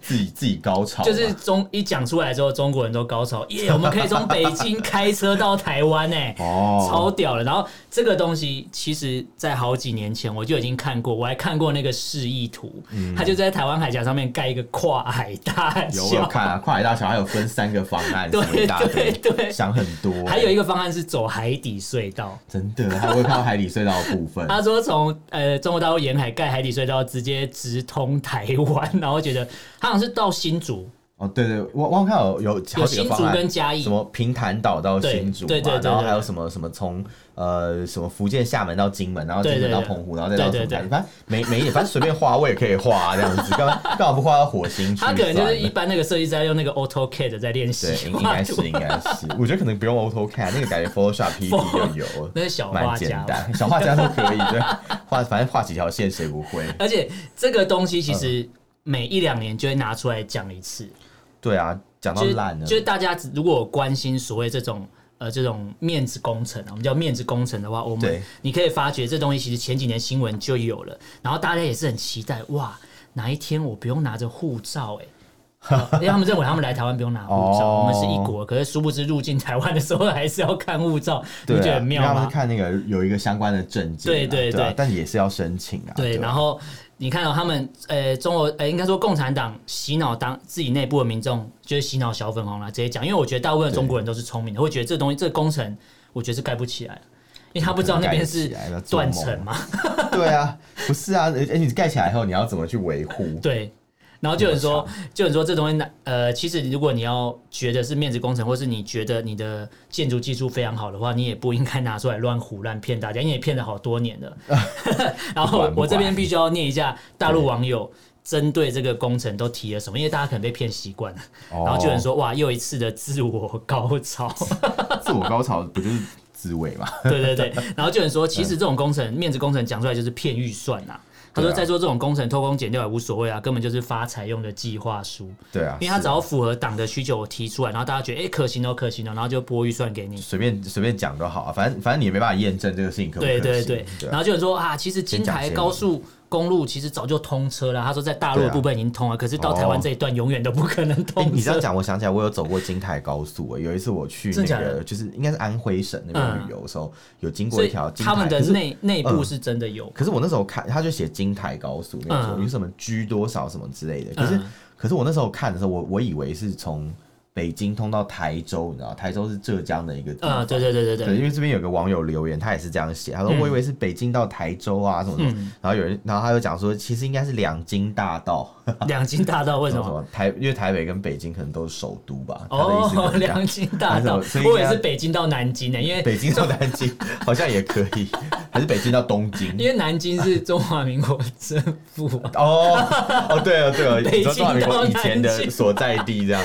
S1: 自己自己高潮嘛，
S2: 就是中一讲出来之后，中国人都高潮， 耶！我们可以从北京开车到台湾哎、
S1: 哦
S2: 超屌了。然后这个东西其实，在好几年前我就已经看过，我还看过那个示意图，它就在台湾海峡上面盖一个跨海大
S1: 嗯有我有
S2: 桥。
S1: 看啊，跨海大桥还有分三个方案，
S2: 对
S1: 什么一大堆
S2: 对对
S1: 想很多，
S2: 还有
S1: 个
S2: 一个方案是走海底隧道，
S1: 真的，还有我有看到海底隧道的部 分，
S2: 他说从呃中国大陆沿海盖海底隧道，直接直通台湾，然后觉得他好像是到新竹，
S1: 哦对对，我我有看有有好
S2: 有
S1: 几
S2: 新
S1: 个
S2: 竹
S1: 方案
S2: 跟。嘉义
S1: 什，么平潭岛到新竹嘛，
S2: 对对对对
S1: 然后
S2: 对
S1: 还有什么什么从呃什么福建厦门到金门，然后金
S2: 对
S1: 门
S2: 对
S1: 到
S2: 对
S1: 澎湖，然后再到什
S2: 对
S1: 么
S2: 对
S1: 台
S2: 对
S1: 湾，反正每每一点，反正随便画我也可以画啊这样子，干嘛干嘛不画到火星去
S2: 他
S1: 算了？
S2: 可能就是一般那个设计师在用那个 AutoCAD 在练习
S1: 对，应应
S2: 画
S1: 该
S2: 图
S1: 是，应该是，我觉得可能不用 AutoCAD，那个感觉 Photoshop PD 就有了
S2: ，那是小画
S1: 蛮简
S2: 家。
S1: 单， 小画家都可以，对，画反正画几条线谁不会？
S2: 而且这个东西其实每一两年就会拿出来讲一次，
S1: 对啊，讲到
S2: 就是
S1: 烂了
S2: 就，是大家只如果有关心所谓这种。呃，这种面子工程啊，我们叫面子工程的话，我们
S1: 对
S2: 你可以发觉这东西其实前几年新闻就有了，然后大家也是很期待哇，哪一天我不用拿着护照 哎、欸因为他们认为他们来台湾不用拿护照，
S1: 哦
S2: 我们是一国，可是殊不知入境台湾的时候还是要看护照，你
S1: 对啊，
S2: 觉得很
S1: 因为
S2: 妙
S1: 他们
S2: 吗
S1: 是？看那个有一个相关的证件啊，
S2: 对对
S1: 对啊
S2: 对，
S1: 但也是要申请啊，
S2: 对，
S1: 啊
S2: 然后你看到、他们，呃，中国，呃，应该说共产党洗脑当自己内部的民众，就是洗脑小粉红啦，直接讲，因为我觉得大部分的中国人都是聪明的，会觉得这东西这个工程，我觉得是盖不起来的，因为他不知道那边是
S1: 盖不起来要做
S2: 断
S1: 梦啊
S2: 层嘛，
S1: 对啊，不是啊，而且你盖起来以后你要怎么去维护？
S2: 对。然后就有人说，就有人说这东西，呃，其实如果你要觉得是面子工程，或是你觉得你的建筑技术非常好的话，你也不应该拿出来乱胡乱骗大家，因为也骗了好多年 了。然后
S1: 不管不
S2: 我这边
S1: 管
S2: 必须要念一下大陆网友针对这个工程都提了什么，因为大家可能被骗习惯了。
S1: 哦
S2: 然后就有人说，哇，又一次的自我高潮。
S1: 哦自我高潮不就是？自卫嘛。
S2: 对 对对，然后就有人说，其实这种工程、面子工程讲出来就是骗预算呐、他说
S1: 对啊
S2: 再做这种工程偷工减料也无所谓啊，根本就是发财用的计划书，
S1: 对啊，
S2: 因为他
S1: 是
S2: 只要符合党的需求，我提出来，然后大家觉得哎、可行哦可行哦，然后就拨预算给你。
S1: 随便随便讲都好啊，反正反正你也没办法验证这个事情可不可
S2: 对
S1: 行。
S2: 对对，
S1: 对
S2: 然
S1: 啊，
S2: 后就有人说啊，其实金
S1: 先讲
S2: 台
S1: 先
S2: 高速公路其实早就通车了。他说在大陆
S1: 对
S2: 的
S1: 啊
S2: 部分已经通了，可是到台湾
S1: 哦
S2: 这一段永远都不可能通
S1: 诶哎
S2: 车。
S1: 你这样讲，我想起来，我有走过金台高速、诶有一次我去
S2: 真
S1: 那
S2: 假的
S1: 个，就是应该是安徽省那边
S2: 嗯
S1: 旅游的时候，有经过
S2: 所
S1: 一
S2: 以
S1: 条金台，
S2: 他们的
S1: 可是
S2: 内内部
S1: 嗯
S2: 是真的有，
S1: 可是我那时候看，他就写金台高速，没有错，
S2: 嗯
S1: 有什么居多少什么之类的。可是，
S2: 嗯
S1: 可是我那时候看的时候，我我以为是从北京通到台州，你知道，台州是浙江的一个地方。
S2: 呃，对对对对
S1: 对，
S2: 对，
S1: 因为这边有个网友留言，他也是这样写，他说
S2: 嗯
S1: 我以为是北京到台州啊什么什么，
S2: 嗯
S1: 然后有人，然后他又讲说，其实应该是两京大道，
S2: 两京大道为
S1: 什
S2: 什
S1: 么什
S2: 么？
S1: 么台，因为台北跟北京可能都是首都吧，他的意思
S2: 哦，
S1: 可能这样
S2: 两京大 道，
S1: 所以
S2: 我也
S1: 应该
S2: 是北京到南京的，因为
S1: 北京到南京好像也可以，还是北京到东京，
S2: 因为南京是中华民国政府 啊，
S1: 哦哦，对哦对哦，
S2: 北京
S1: 你说中华民国以前
S2: 到南
S1: 的
S2: 京
S1: 所在地这样，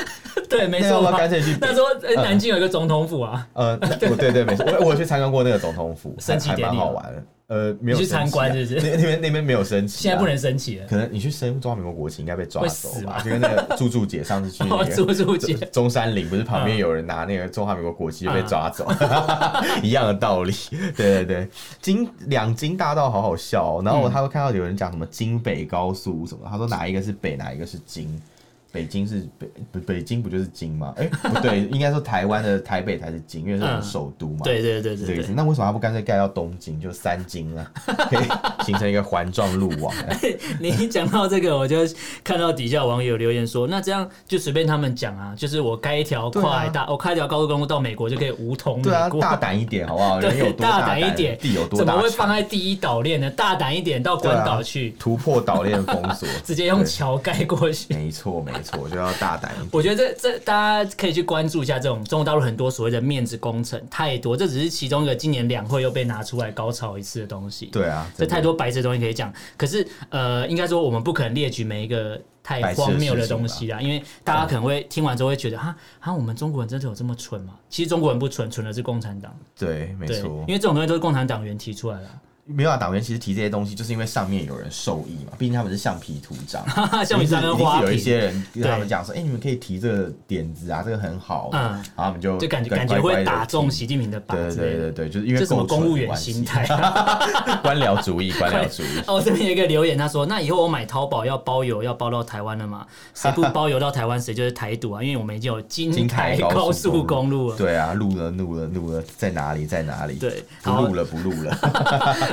S2: 对，没
S1: 那要
S2: 错
S1: 不要
S2: 吧
S1: 干脆去北
S2: 那时候呃南京有一个总统府啊，
S1: 呃， 那我对对没错，我我有去参观过那个总统府，还
S2: 升旗
S1: 还
S2: 典礼
S1: 蛮
S2: 吗
S1: 好玩的。呃，没有
S2: 你
S1: 升
S2: 去
S1: 旗啊
S2: 参观是不是
S1: 那那边那边没有升旗啊，
S2: 现在不能升旗了。
S1: 可能你去升中华民国国旗应该被抓
S2: 会
S1: 走
S2: 死
S1: 吧？
S2: 吧
S1: 就跟那个柱柱姐上次去那个
S2: 哦，朱朱姐
S1: 中，中山陵，不是旁边
S2: 嗯
S1: 有人拿那个中华民国国旗就被抓走，
S2: 啊
S1: 一样的道理。对对对，京两京大道好好笑、哦。然后我他会看到有人讲什么京北高速什么，他说哪一个是北，哪一个是京。北京是北北北京不就是京吗？哎、不 对，应该说台湾的台北才是京，因为是我们
S2: 嗯
S1: 首都嘛。
S2: 对对对
S1: 是这
S2: 对
S1: 个意
S2: 对
S1: 思。。那为什么他不干脆盖到东京，就三京啊，可以形成一个环状路 网？
S2: 你一讲到这个，我就看到底下网友留言说，那这样就随便他们讲啊，就是我开一条跨海大，我开一条高速公路到美国就可以无痛
S1: 啊对啊
S2: 美，国。
S1: 大胆一点好不好？人有
S2: 对，
S1: 多大
S2: 胆一点，
S1: 地有多
S2: 怎
S1: 大
S2: 么会
S1: 产
S2: 放在第一岛链呢？大胆一点，到关
S1: 啊
S2: 岛去，
S1: 突破岛链封锁，
S2: 直接用桥盖过去。
S1: 没错，没错，就要大胆一点。
S2: 我觉得这这大家可以去关注一下这种中国大陆很多所谓的面子工程太多，这只是其中一个今年两会又被拿出来高潮一次的东西。
S1: 对啊，
S2: 这
S1: 真的
S2: 太多白痴的东西可以讲，可是呃，应该说我们不可能列举每一个太
S1: 白痴的
S2: 荒谬的
S1: 事情
S2: 东西啦，因为大家可能会听完之后会觉得啊啊，我们中国人真的有这么蠢吗？其实中国人不蠢，蠢的是共产党，
S1: 对，没
S2: 对，
S1: 错
S2: 因。为这种东西都是共产党员提出来的啊。
S1: 没有啊，党员其实提这些东西，就是因为上面有人受益嘛，毕竟他们是橡皮图章，
S2: 橡皮章跟花
S1: 一定是有一
S2: 瓶
S1: 些人跟他们
S2: 对
S1: 讲说，哎、你们可以提这个点子啊，这个很好，
S2: 嗯
S1: 嗯，然后他们就
S2: 就感觉
S1: 乖
S2: 感觉
S1: 乖地
S2: 会打中
S1: 听
S2: 习近平的靶
S1: 嗯对
S2: 之
S1: 对
S2: 类的。
S1: 对对，就是因为
S2: 这什么
S1: 够蠢
S2: 公务
S1: 的
S2: 员
S1: 关
S2: 心
S1: 系，
S2: 态？啊
S1: 官僚主义，官僚主义。
S2: 哦，这边有一个留言，他说：“那以后我买淘宝要包邮，要包到台湾了嘛？谁不包邮到台湾，谁就是台独啊！因为我们已经有金
S1: 金
S2: 台
S1: 台
S2: 高
S1: 高速
S2: 速公
S1: 公
S2: 路了。”
S1: 对啊，录了录了录了，在哪里在哪里？
S2: 对
S1: 不
S2: 好
S1: 录了不录 了。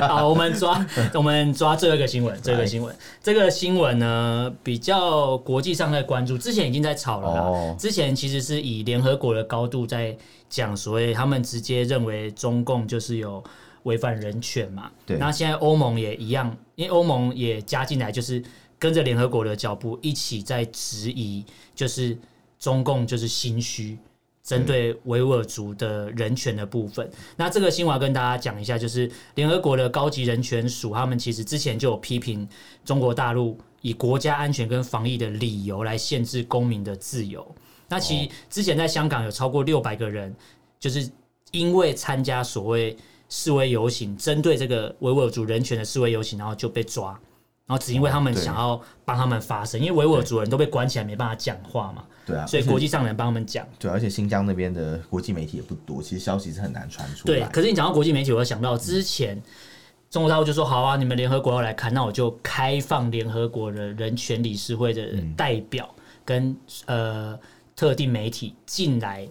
S2: 好，我们抓我们抓这个新闻，这个新闻，这个新闻呢比较国际上在关注，之前已经在吵了啦。
S1: 哦
S2: 之前其实是以联合国的高度在讲，所以他们直接认为中共就是有违反人权嘛。
S1: 对
S2: 那现在欧盟也一样，因为欧盟也加进来，就是跟着联合国的脚步一起在质疑，就是中共就是心虚。
S1: 嗯
S2: 针对维吾尔族的人权的部分。那这个新闻要跟大家讲一下，就是联合国的高级人权署，他们其实之前就有批评中国大陆以国家安全跟防疫的理由来限制公民的自由。那其
S1: 哦
S2: 实之前在香港有超过六百个人，就是因为参加所谓示威游行，针对这个维吾尔族人权的示威游行，然后就被抓。然后只因为他们
S1: 哦对
S2: 想要帮他们发声，因为维吾尔族人都被关起来没办法讲话嘛，
S1: 对啊，
S2: 所以
S1: 而且
S2: 国际上的人帮他们讲。
S1: 对，而且新疆那边的国际媒体也不多，其实消息是很难传出来
S2: 对，
S1: 的。
S2: 可是你讲到国际媒体，我又想到之前中国大陆就说好啊，你们联合国要来看，那我就开放联合国的人权理事会的代表跟、呃特定媒体进来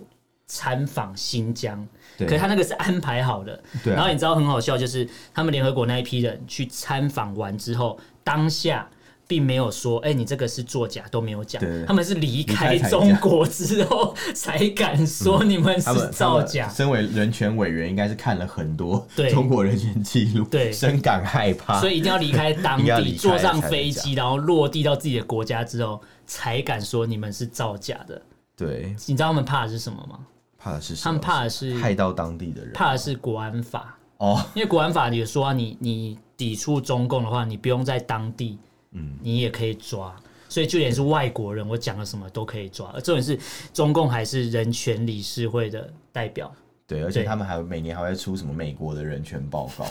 S2: 参访新疆。
S1: 对
S2: 可是他那个是安排好的，
S1: 对啊
S2: 然后你知道很好笑，就是他们联合国那一批人去参访完之后，当下并没有说，哎、你这个是作假，都没有讲
S1: 对，
S2: 他们是离开
S1: 离开才
S2: 中
S1: 讲
S2: 国之后才敢说你们是
S1: 他们
S2: 造假
S1: 他们。身为人权委员，应该是看了很多
S2: 对
S1: 中国人权记录，
S2: 对
S1: 深感害怕。
S2: 所以一定要离开当
S1: 啊一定要
S2: 地，
S1: 离开
S2: 坐上飞机，然后落地到自己的国家之后，才敢说你们是造假的。
S1: 对，
S2: 你知道他们怕的是什么吗？
S1: 怕的是什
S2: 他
S1: 么
S2: 们怕的是
S1: 害到当地的人，
S2: 怕的是国安法，
S1: 哦，
S2: 因为国安法也说啊、你你抵触中共的话，你不用在当地，嗯，你也可以抓。所以就连是外国人， 我讲了什么都可以抓。而重点是，中共还是人权理事会的代表，
S1: 对，而且
S2: 对
S1: 他们还每年还会出什么美国的人权报告，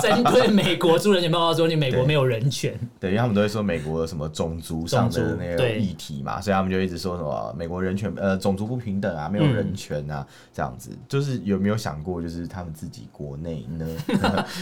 S2: 在对美国出人权报告说你美国
S1: 对
S2: 没有人权，
S1: 对，因为他们都会说美国有什么种族上的
S2: 种族
S1: 那个
S2: 对
S1: 议题嘛，所以他们就一直说什么美国人权呃种族不平等啊，没
S2: 嗯
S1: 有人权啊、这样子。就是有没有想过，就是他们自己国内呢？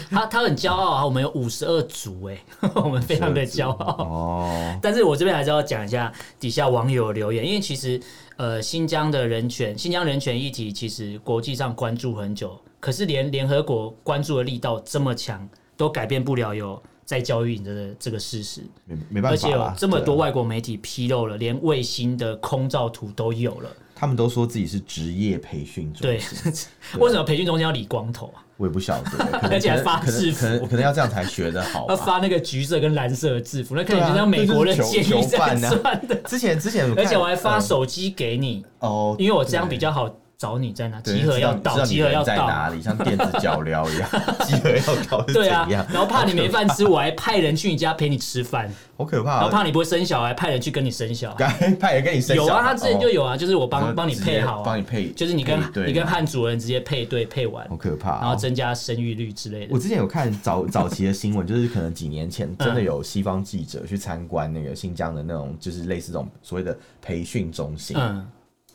S2: 他他很骄傲啊，我们有五十二族哎， 我们非常的骄傲。
S1: 哦，
S2: 但是我这边还是要讲一下底下网友留言，因为其实呃新疆的人权、新疆人权议题，其实国际上关注很久，可是连联合国关注的力道这么强，都改变不了有在教育营的这个事实。
S1: 没没办
S2: 而
S1: 法
S2: 且
S1: 啦，
S2: 有这么
S1: 对啊
S2: 多外国媒体披露了，连卫星的空照图都有了。
S1: 他们都说自己是职业培训中
S2: 对
S1: 心，，
S2: 为什么培训中心要理光头啊？
S1: 我也不晓得，可能
S2: 而且还发
S1: 可能
S2: 制服
S1: 可能可能可能要这样才学得好
S2: 要
S1: 吧。
S2: 哦发那个橘色跟蓝色的制服，那看起来就
S1: 对啊
S2: 像美国人
S1: 这就是
S2: 监
S1: 囚
S2: 狱
S1: 囚
S2: 在
S1: 犯啊
S2: 穿的。
S1: 之前之前看，
S2: 而且我还发
S1: 嗯
S2: 手机给你，
S1: 哦，
S2: 因为我这样比较好找你在哪，
S1: 对
S2: 集合
S1: 知
S2: 要
S1: 道知
S2: 到，
S1: 道
S2: 集
S1: 你
S2: 合
S1: 人
S2: 要
S1: 在
S2: 到。
S1: 哪里，像电子脚镣 一样，集合要到是
S2: 对啊
S1: 怎，样？
S2: 然后怕你没饭吃，我还派人去你家陪你吃饭，
S1: 好可
S2: 然
S1: 怕
S2: 后怕
S1: 哦！
S2: 你不会生小孩，派人去跟你生小孩。
S1: 刚 才派人跟你生
S2: 有
S1: 小
S2: 啊，
S1: 孩
S2: 他之前就
S1: 哦
S2: 有啊，就是我帮帮你
S1: 直接
S2: 配好啊，
S1: 帮你配，
S2: 就是你跟
S1: 配对
S2: 你跟
S1: 吗
S2: 汉族人直接配对配完
S1: 好，可怕哦。
S2: 然后增加生育率之类的
S1: 我。之前有看早早期的新闻，就是可能几年前真的有西方记者去参观那个新疆的那种，就是类似这种所谓的培训中心，
S2: 嗯，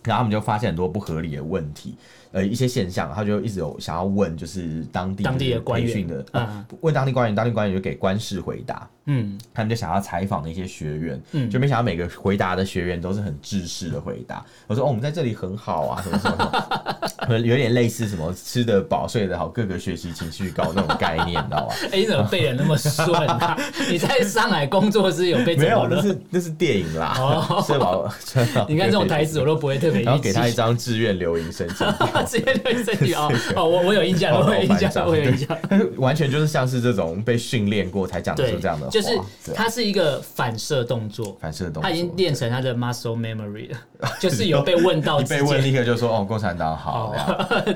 S1: 然后他们就发现很多不合理的问题，呃，一些现象，他就一直有想要问，就是当地
S2: 当地的官员
S1: 培训的，
S2: 嗯
S1: 呃问当地官员，当地官员就给官士回答，
S2: 嗯，
S1: 他们就想要采访那些学员，
S2: 嗯
S1: 就没想到每个回答的学员都是很制式的回答。我说哦，我们在这里很好啊，什么什么什么， 有点类似什么吃得饱、睡得好，各个学习情绪高那种概念，你知道吗？
S2: 哎，你怎么背的那么顺啊？ 你在上海工作是有被怎
S1: 没
S2: 么
S1: 有，那
S2: 了？
S1: 是那是电影啦，
S2: 哦
S1: 吃得饱，睡得好
S2: 你看这种台词我都不会特别
S1: 然后
S2: 预
S1: 给
S2: 期。。
S1: 他一张志愿留营申请 表
S2: 直接对身 体哦哦，我我有印象，
S1: 哦
S2: 我有印象，
S1: 哦
S2: 我有印象。
S1: 完全就是像是这种被训练过才讲得出
S2: 对
S1: 这样的，话，
S2: 就是
S1: 对
S2: 它是一个反射动作，
S1: 反射动作，
S2: 他已经练成他的 muscle memory 了， 就是有被问到
S1: 一
S2: 直
S1: 被问
S2: 接
S1: 立刻就说哦，共产党好，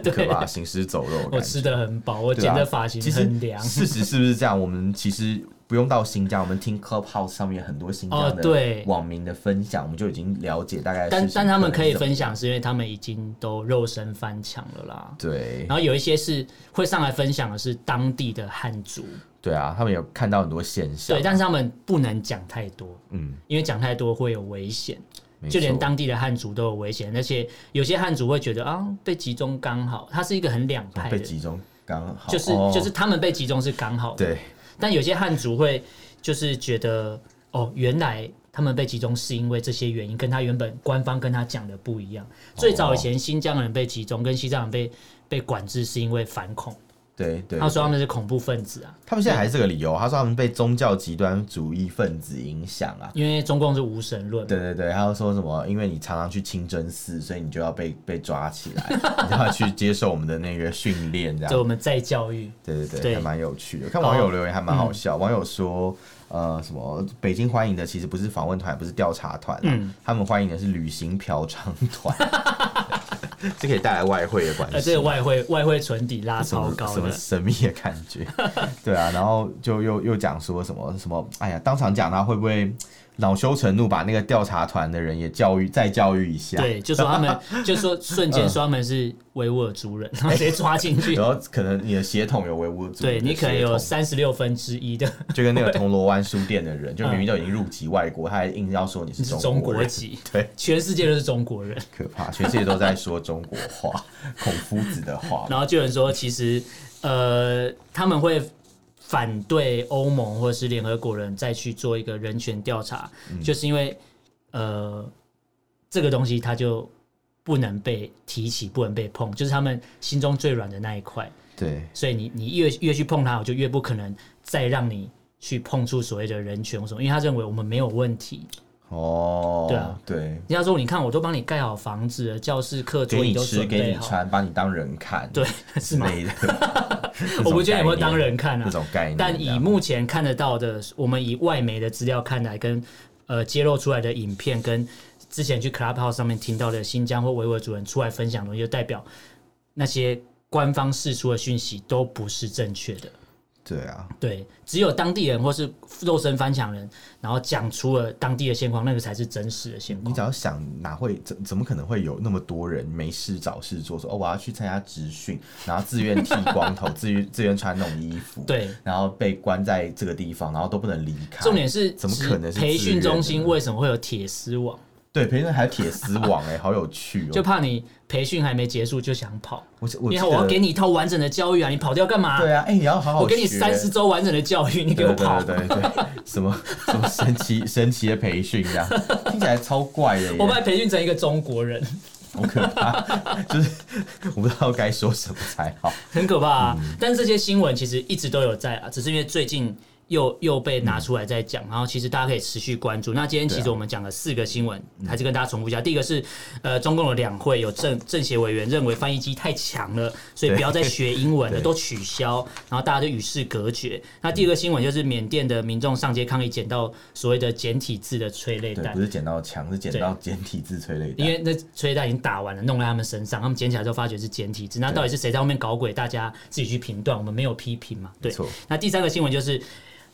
S1: 这样可怕，行尸走肉的感觉。
S2: 我吃的很饱，我
S1: 对
S2: 剪
S1: 啊
S2: 的发型
S1: 其实
S2: 很凉。
S1: 事实是不是这样？我们其实不用到新疆，我们听 Clubhouse 上面很多新
S2: 哦
S1: 疆的
S2: 对
S1: 网民的分享，我们就已经了解大概。
S2: 但但他们可以，分享，是因为他们已经都肉身翻墙了啦。
S1: 对
S2: 然后有一些是会上来分享的是当地的汉族，
S1: 对啊，他们有看到很多现象
S2: 对，，但是他们不能讲太多，
S1: 啊嗯，
S2: 因为讲太多会有危险。
S1: 没
S2: 就连
S1: 错
S2: 当地的汉族都有危险，而且有些汉族会觉得啊，被集中刚好，它是一个很两
S1: 哦
S2: 派
S1: 被
S2: 的，
S1: 集中刚好，
S2: 就是、
S1: 哦
S2: 就是他们被集中是刚好的，
S1: 对，
S2: 但有些汉族会就是觉得哦，原来他们被集中是因为这些原因，跟他原本官方跟他讲的不
S1: 哦
S2: 一样。最早以前新疆人被集中，跟西藏人被被管制是因为反恐，
S1: 对对，
S2: 他说他们是恐怖分子啊，
S1: 他们现在还是这个理由，他说他们被宗教极端主义分子影响啊。
S2: 因为中共是无神论嘛。
S1: 对对对，他又说什么？因为你常常去清真寺，所以你就要被 被抓起来，你就要去接受我们的那个训练，这样
S2: 所以。我们再教育，
S1: 对对对，
S2: 对哦嗯
S1: 还蛮有趣的。看网友留言还蛮好笑，网友说。呃，什么北京欢迎的其实不是访问团，不是调查团、啊，
S2: 嗯
S1: 他们欢迎的是旅行嫖娼团， 这可以带来外汇的关系。
S2: 呃，这个外汇外汇存底拉
S1: 什
S2: 超
S1: 么
S2: 高
S1: 什么
S2: 的，
S1: 神秘的感觉， 对啊，然后就又又讲说什么什么，哎呀，当场讲他会不会恼羞成怒，把那个调查团的人也教育再教育一下，
S2: 对，就说他们，就说瞬间说他们是维吾尔 族人，然后直接抓进去
S1: 然。后可能你的血统有维吾尔族的血
S2: 对
S1: 统，
S2: 你可能有三十六分之一的
S1: 就跟那个铜锣湾书店的人，就明明都已经入籍外国，他还硬要说你是
S2: 是
S1: 中
S2: 嗯中
S1: 国
S2: 国
S1: 人，
S2: 籍，
S1: 对，
S2: 全世界都是中国人。
S1: 可怕，全世界都在说中国 话，孔夫子的话，
S2: 然后就有人说，其实呃，他们会反对欧盟或者是联合国人再去做一个人权调查，
S1: 嗯
S2: 就是因为呃，这个东西它就不能被提起，不能被碰，就是他们心中最软的那一块。
S1: 对，
S2: 所以你你越越去碰它，我就越不可能再让你去碰触所谓的人权或什么，因为他认为我们没有问题。
S1: 哦，
S2: 对啊，
S1: 对。
S2: 人家说，你看我都帮你盖好房子了，教室、课
S1: 给
S2: 桌椅
S1: 你
S2: 都
S1: 吃，
S2: 准
S1: 给
S2: 备
S1: 你
S2: 好，
S1: 穿，把你当人看，
S2: 对，是
S1: 之
S2: 吗？
S1: 类的。
S2: 我不觉得有没有当人看
S1: 这
S2: 啊，
S1: 种概念这样，
S2: 但以目前看得到的，我们以外媒的资料看来，跟呃揭露出来的影片，跟之前去 Clubhouse 上面听到的新疆或维吾尔族人出来分享的东西，就代表那些官方释出的讯息都不是正确的。
S1: 对啊，
S2: 对，只有当地人或是肉身翻墙人，然后讲出了当地的现况，那个才是真实的现
S1: 你
S2: 况
S1: 只。要想哪会怎怎么可能会有那么多人没事找事做，说哦我要去参加职训，然后自愿剃光头，自愿自愿穿那种衣服，，
S2: 对，
S1: 然后被关在这个地方，然后都不能离开。
S2: 重点是
S1: 怎么可能是
S2: 培
S1: 自
S2: 训
S1: 愿
S2: 中
S1: 的
S2: 心
S1: 呢
S2: 为什么会有铁丝网？
S1: 对，培训还有铁丝网哎、好有趣哦、
S2: 就怕你培训还没结束就想跑，
S1: 我是我
S2: 因
S1: 记
S2: 为我要
S1: 得
S2: 给你一套完整的教育啊，你跑掉干嘛？
S1: 对啊，哎、你要好好
S2: 我给你
S1: 学
S2: 三十周完整的教育，你给我
S1: 对
S2: 跑
S1: 对。对对对，什 么什么神奇神奇的培训这样，听起来超怪的耶，
S2: 我把你培训成一个中国人，
S1: 好可怕，就是我不知道该说什么才好。
S2: 很可怕、啊。
S1: 嗯
S2: 但这些新闻其实一直都有在啊，只是因为最近又又被拿出来再讲，然后其实大家可以持续关注。那今天其
S1: 嗯
S2: 实
S1: 对啊
S2: 我们讲了四个新闻，还是跟大家重复一下。第一个是呃，中共的两会有政政协委员认为翻译机太强了，所以
S1: 对
S2: 不要再学英文了，
S1: 对
S2: 都取消，然后大家就与世隔绝。那第二个新闻就是缅甸的民众上街抗议，捡到所谓的简体字的催泪
S1: 对，
S2: 弹
S1: 不。是捡到墙，是捡到简体字催泪弹。
S2: 因为那催泪弹已经打完了，弄在他们身上，他们捡起来之后发觉是简体字，那到底是谁在后面搞鬼？大家自己去评断，我们没有批评嘛。
S1: 没
S2: 对，
S1: 错，
S2: 那第三个新闻就是。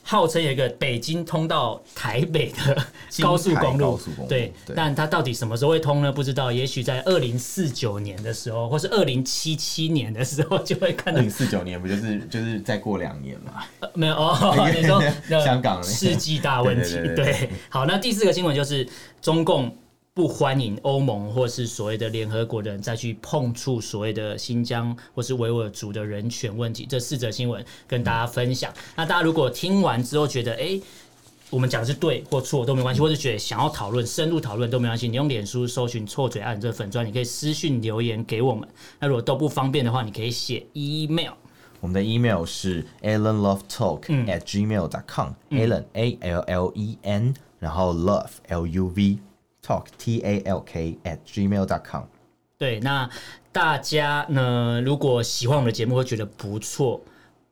S2: 号称有一个北京通到台北的
S1: 京
S2: 高速
S1: 台
S2: 公路，
S1: 高速公路
S2: 对，
S1: 对
S2: 但它到底什么时候会通呢？不知道，也许在二零四九年的时候，或是二零七七年的时候，就会看
S1: 二
S2: 到
S1: 零四九年不就是就是再过两年嘛？
S2: 呃没 有哦，你说那
S1: 香港那个
S2: 世纪大问题
S1: 对对对对
S2: 对。好，那第四个新闻就是中共不欢迎欧盟或是所谓的联合国的人再去碰触所谓的新疆或是维吾尔族的人权问题。这四则新闻跟大家分享。
S1: 嗯
S2: 那大家如果听完之后觉得，哎、我们讲的是对或错都
S1: 嗯
S2: 没关系，或者觉得想要讨论、深入讨论都没关系，你用脸书搜寻“错嘴案”这粉砖，你可以私讯留言给我们。那如果都不方便的话，你可以写 email。
S1: 我们的 email 是 allenlovetalk
S2: 嗯
S1: at gmail dot com、allen a l l e n，然后 love l u v talk t a l k at gmail dot com。
S2: 对，那大家呢，如果喜欢我们的节目，会觉得不错，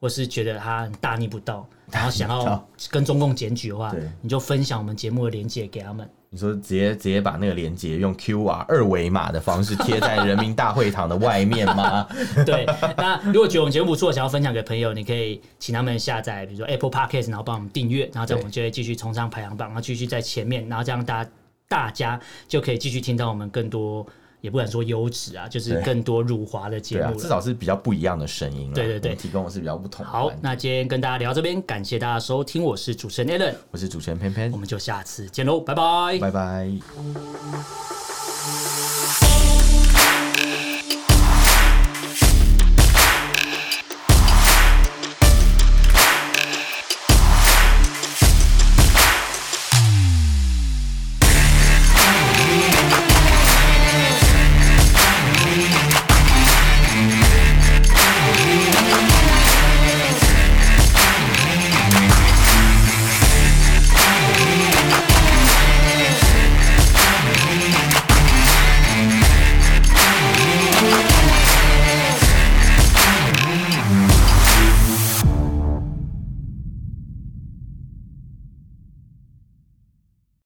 S2: 或是觉得它很大逆不 道，然后想要跟中共检举的话
S1: 对，
S2: 你就分享我们节目的链接给他们。
S1: 你说直接直接把那个链接用 QR 二维码的方式贴在人民大会堂的外面 吗？
S2: 对，那如果觉得我们节目不错，想要分享给朋友，你可以请他们下载，比如说 Apple Podcast，然后帮我们订阅，然后这样我们就会继续冲上排行榜，然后继续在前面，然后这样大家大家就可以继续听到我们更多，也不敢说优质啊，就是
S1: 对
S2: 更多辱华的节
S1: 对
S2: 目
S1: 啊
S2: 了。，
S1: 至少是比较不一样的声音啦。
S2: 对对对
S1: 我们提供的是比较不同的
S2: 好
S1: 版，本
S2: 那今天跟大家聊到这边，感谢大家收听，我是主持人 Allen，
S1: 我是主持人偏偏
S2: 我，们就下次见喽，拜拜。
S1: 拜拜。
S3: Thank